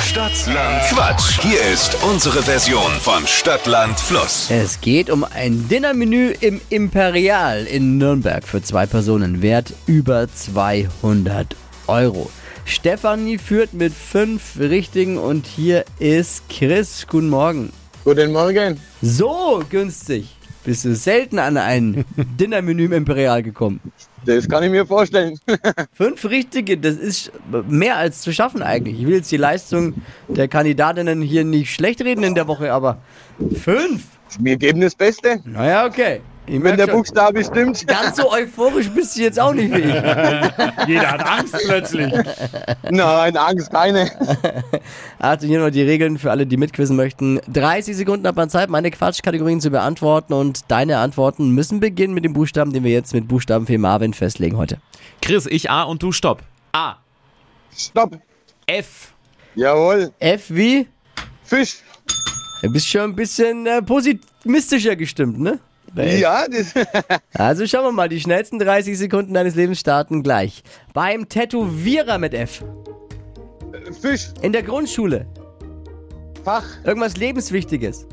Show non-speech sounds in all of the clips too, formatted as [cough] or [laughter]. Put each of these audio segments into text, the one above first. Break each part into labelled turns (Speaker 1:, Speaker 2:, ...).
Speaker 1: Stadtland Quatsch. Hier ist unsere Version von Stadtland Fluss.
Speaker 2: Es geht um ein Dinnermenü im Imperial in Nürnberg für zwei Personen wert über 200 Euro. Stefanie führt mit fünf Richtigen und hier ist Chris. Guten Morgen.
Speaker 3: Guten Morgen.
Speaker 2: So günstig. Bist du selten an
Speaker 3: [laughs]
Speaker 2: ein Dinnermenü im Imperial gekommen?
Speaker 3: Das kann ich mir [laughs] vorstellen.
Speaker 2: Fünf Richtige, das ist mehr als zu schaffen eigentlich. Ich will jetzt die Leistung der Kandidatinnen hier nicht schlecht reden in der Woche, aber fünf?
Speaker 3: Wir geben das Beste.
Speaker 2: Naja, okay. Ich
Speaker 3: Wenn
Speaker 2: merk
Speaker 3: der
Speaker 2: schon,
Speaker 3: Buchstabe stimmt,
Speaker 2: Ganz so euphorisch bist du jetzt auch nicht wie ich.
Speaker 4: Jeder hat Angst plötzlich.
Speaker 3: nein, Angst keine.
Speaker 2: Also hier noch die Regeln für alle, die mitquizzen möchten. 30 Sekunden hat man Zeit, meine Quatschkategorien zu beantworten und deine Antworten müssen beginnen mit dem Buchstaben, den wir jetzt mit Buchstaben für Marvin festlegen heute.
Speaker 4: Chris, ich A und du Stopp. A.
Speaker 3: Stopp.
Speaker 4: F.
Speaker 3: Jawohl.
Speaker 2: F wie?
Speaker 3: Fisch.
Speaker 2: Du bist schon ein bisschen äh, positivistischer gestimmt, ne? Bei F.
Speaker 3: Ja, das. [laughs]
Speaker 2: Also schauen wir mal, die schnellsten 30 Sekunden deines Lebens starten gleich. Beim Tätowierer mit F.
Speaker 3: Fisch.
Speaker 2: In der Grundschule.
Speaker 3: Fach.
Speaker 2: Irgendwas Lebenswichtiges.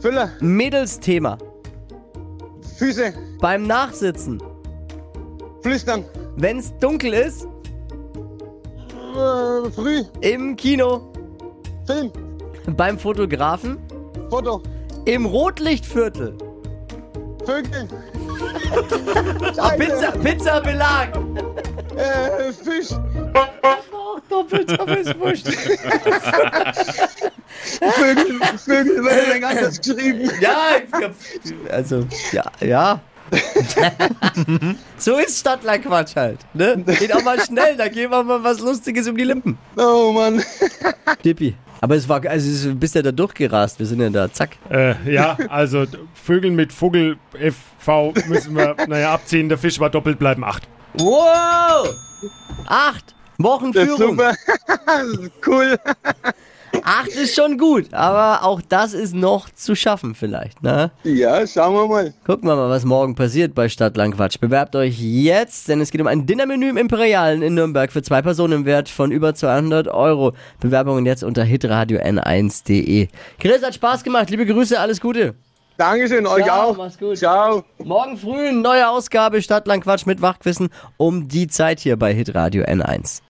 Speaker 3: Füller.
Speaker 2: Mädelsthema.
Speaker 3: Füße.
Speaker 2: Beim Nachsitzen.
Speaker 3: Flüstern.
Speaker 2: Wenn's dunkel ist.
Speaker 3: Äh, früh.
Speaker 2: Im Kino.
Speaker 3: Film.
Speaker 2: Beim Fotografen.
Speaker 3: Foto.
Speaker 2: Im Rotlichtviertel.
Speaker 3: Vögel.
Speaker 2: Ah, Pizza, Pizzabelag.
Speaker 3: Äh, Fisch.
Speaker 2: Auch doppelt, aber ist wurscht.
Speaker 3: Vögel. Vögel. Weil
Speaker 2: [laughs]
Speaker 3: er ganz anders geschrieben.
Speaker 2: [laughs] Ja, ich hab- also, ja, ja. [laughs] so ist Stadtlerquatsch halt. Ne? Geht auch mal schnell, da geben wir mal was Lustiges um die Lippen.
Speaker 3: Oh Mann.
Speaker 2: Dippi. Aber es war, also es- du bist ja da durchgerast, wir sind ja da, zack.
Speaker 5: Äh, ja, also d- Vögel mit Vogel FV müssen wir, naja, abziehen. Der Fisch war doppelt, bleiben acht.
Speaker 2: Wow! Acht!
Speaker 3: Das ist
Speaker 2: Wochenführung.
Speaker 3: super. [laughs] Das ist cool.
Speaker 2: Acht ist schon gut, aber auch das ist noch zu schaffen vielleicht. Ne?
Speaker 3: Ja, schauen wir mal.
Speaker 2: Gucken wir mal, was morgen passiert bei Stadtlangquatsch. Bewerbt euch jetzt, denn es geht um ein Dinnermenü im Imperialen in Nürnberg für zwei Personen im Wert von über 200 Euro. Bewerbungen jetzt unter hitradio n1.de. Chris, hat Spaß gemacht. Liebe Grüße, alles Gute.
Speaker 3: Dankeschön, euch
Speaker 2: Ciao,
Speaker 3: auch.
Speaker 2: mach's gut.
Speaker 3: Ciao.
Speaker 2: Morgen früh eine neue Ausgabe Stadtlangquatsch mit Wachquissen um die Zeit hier bei hitradio n1.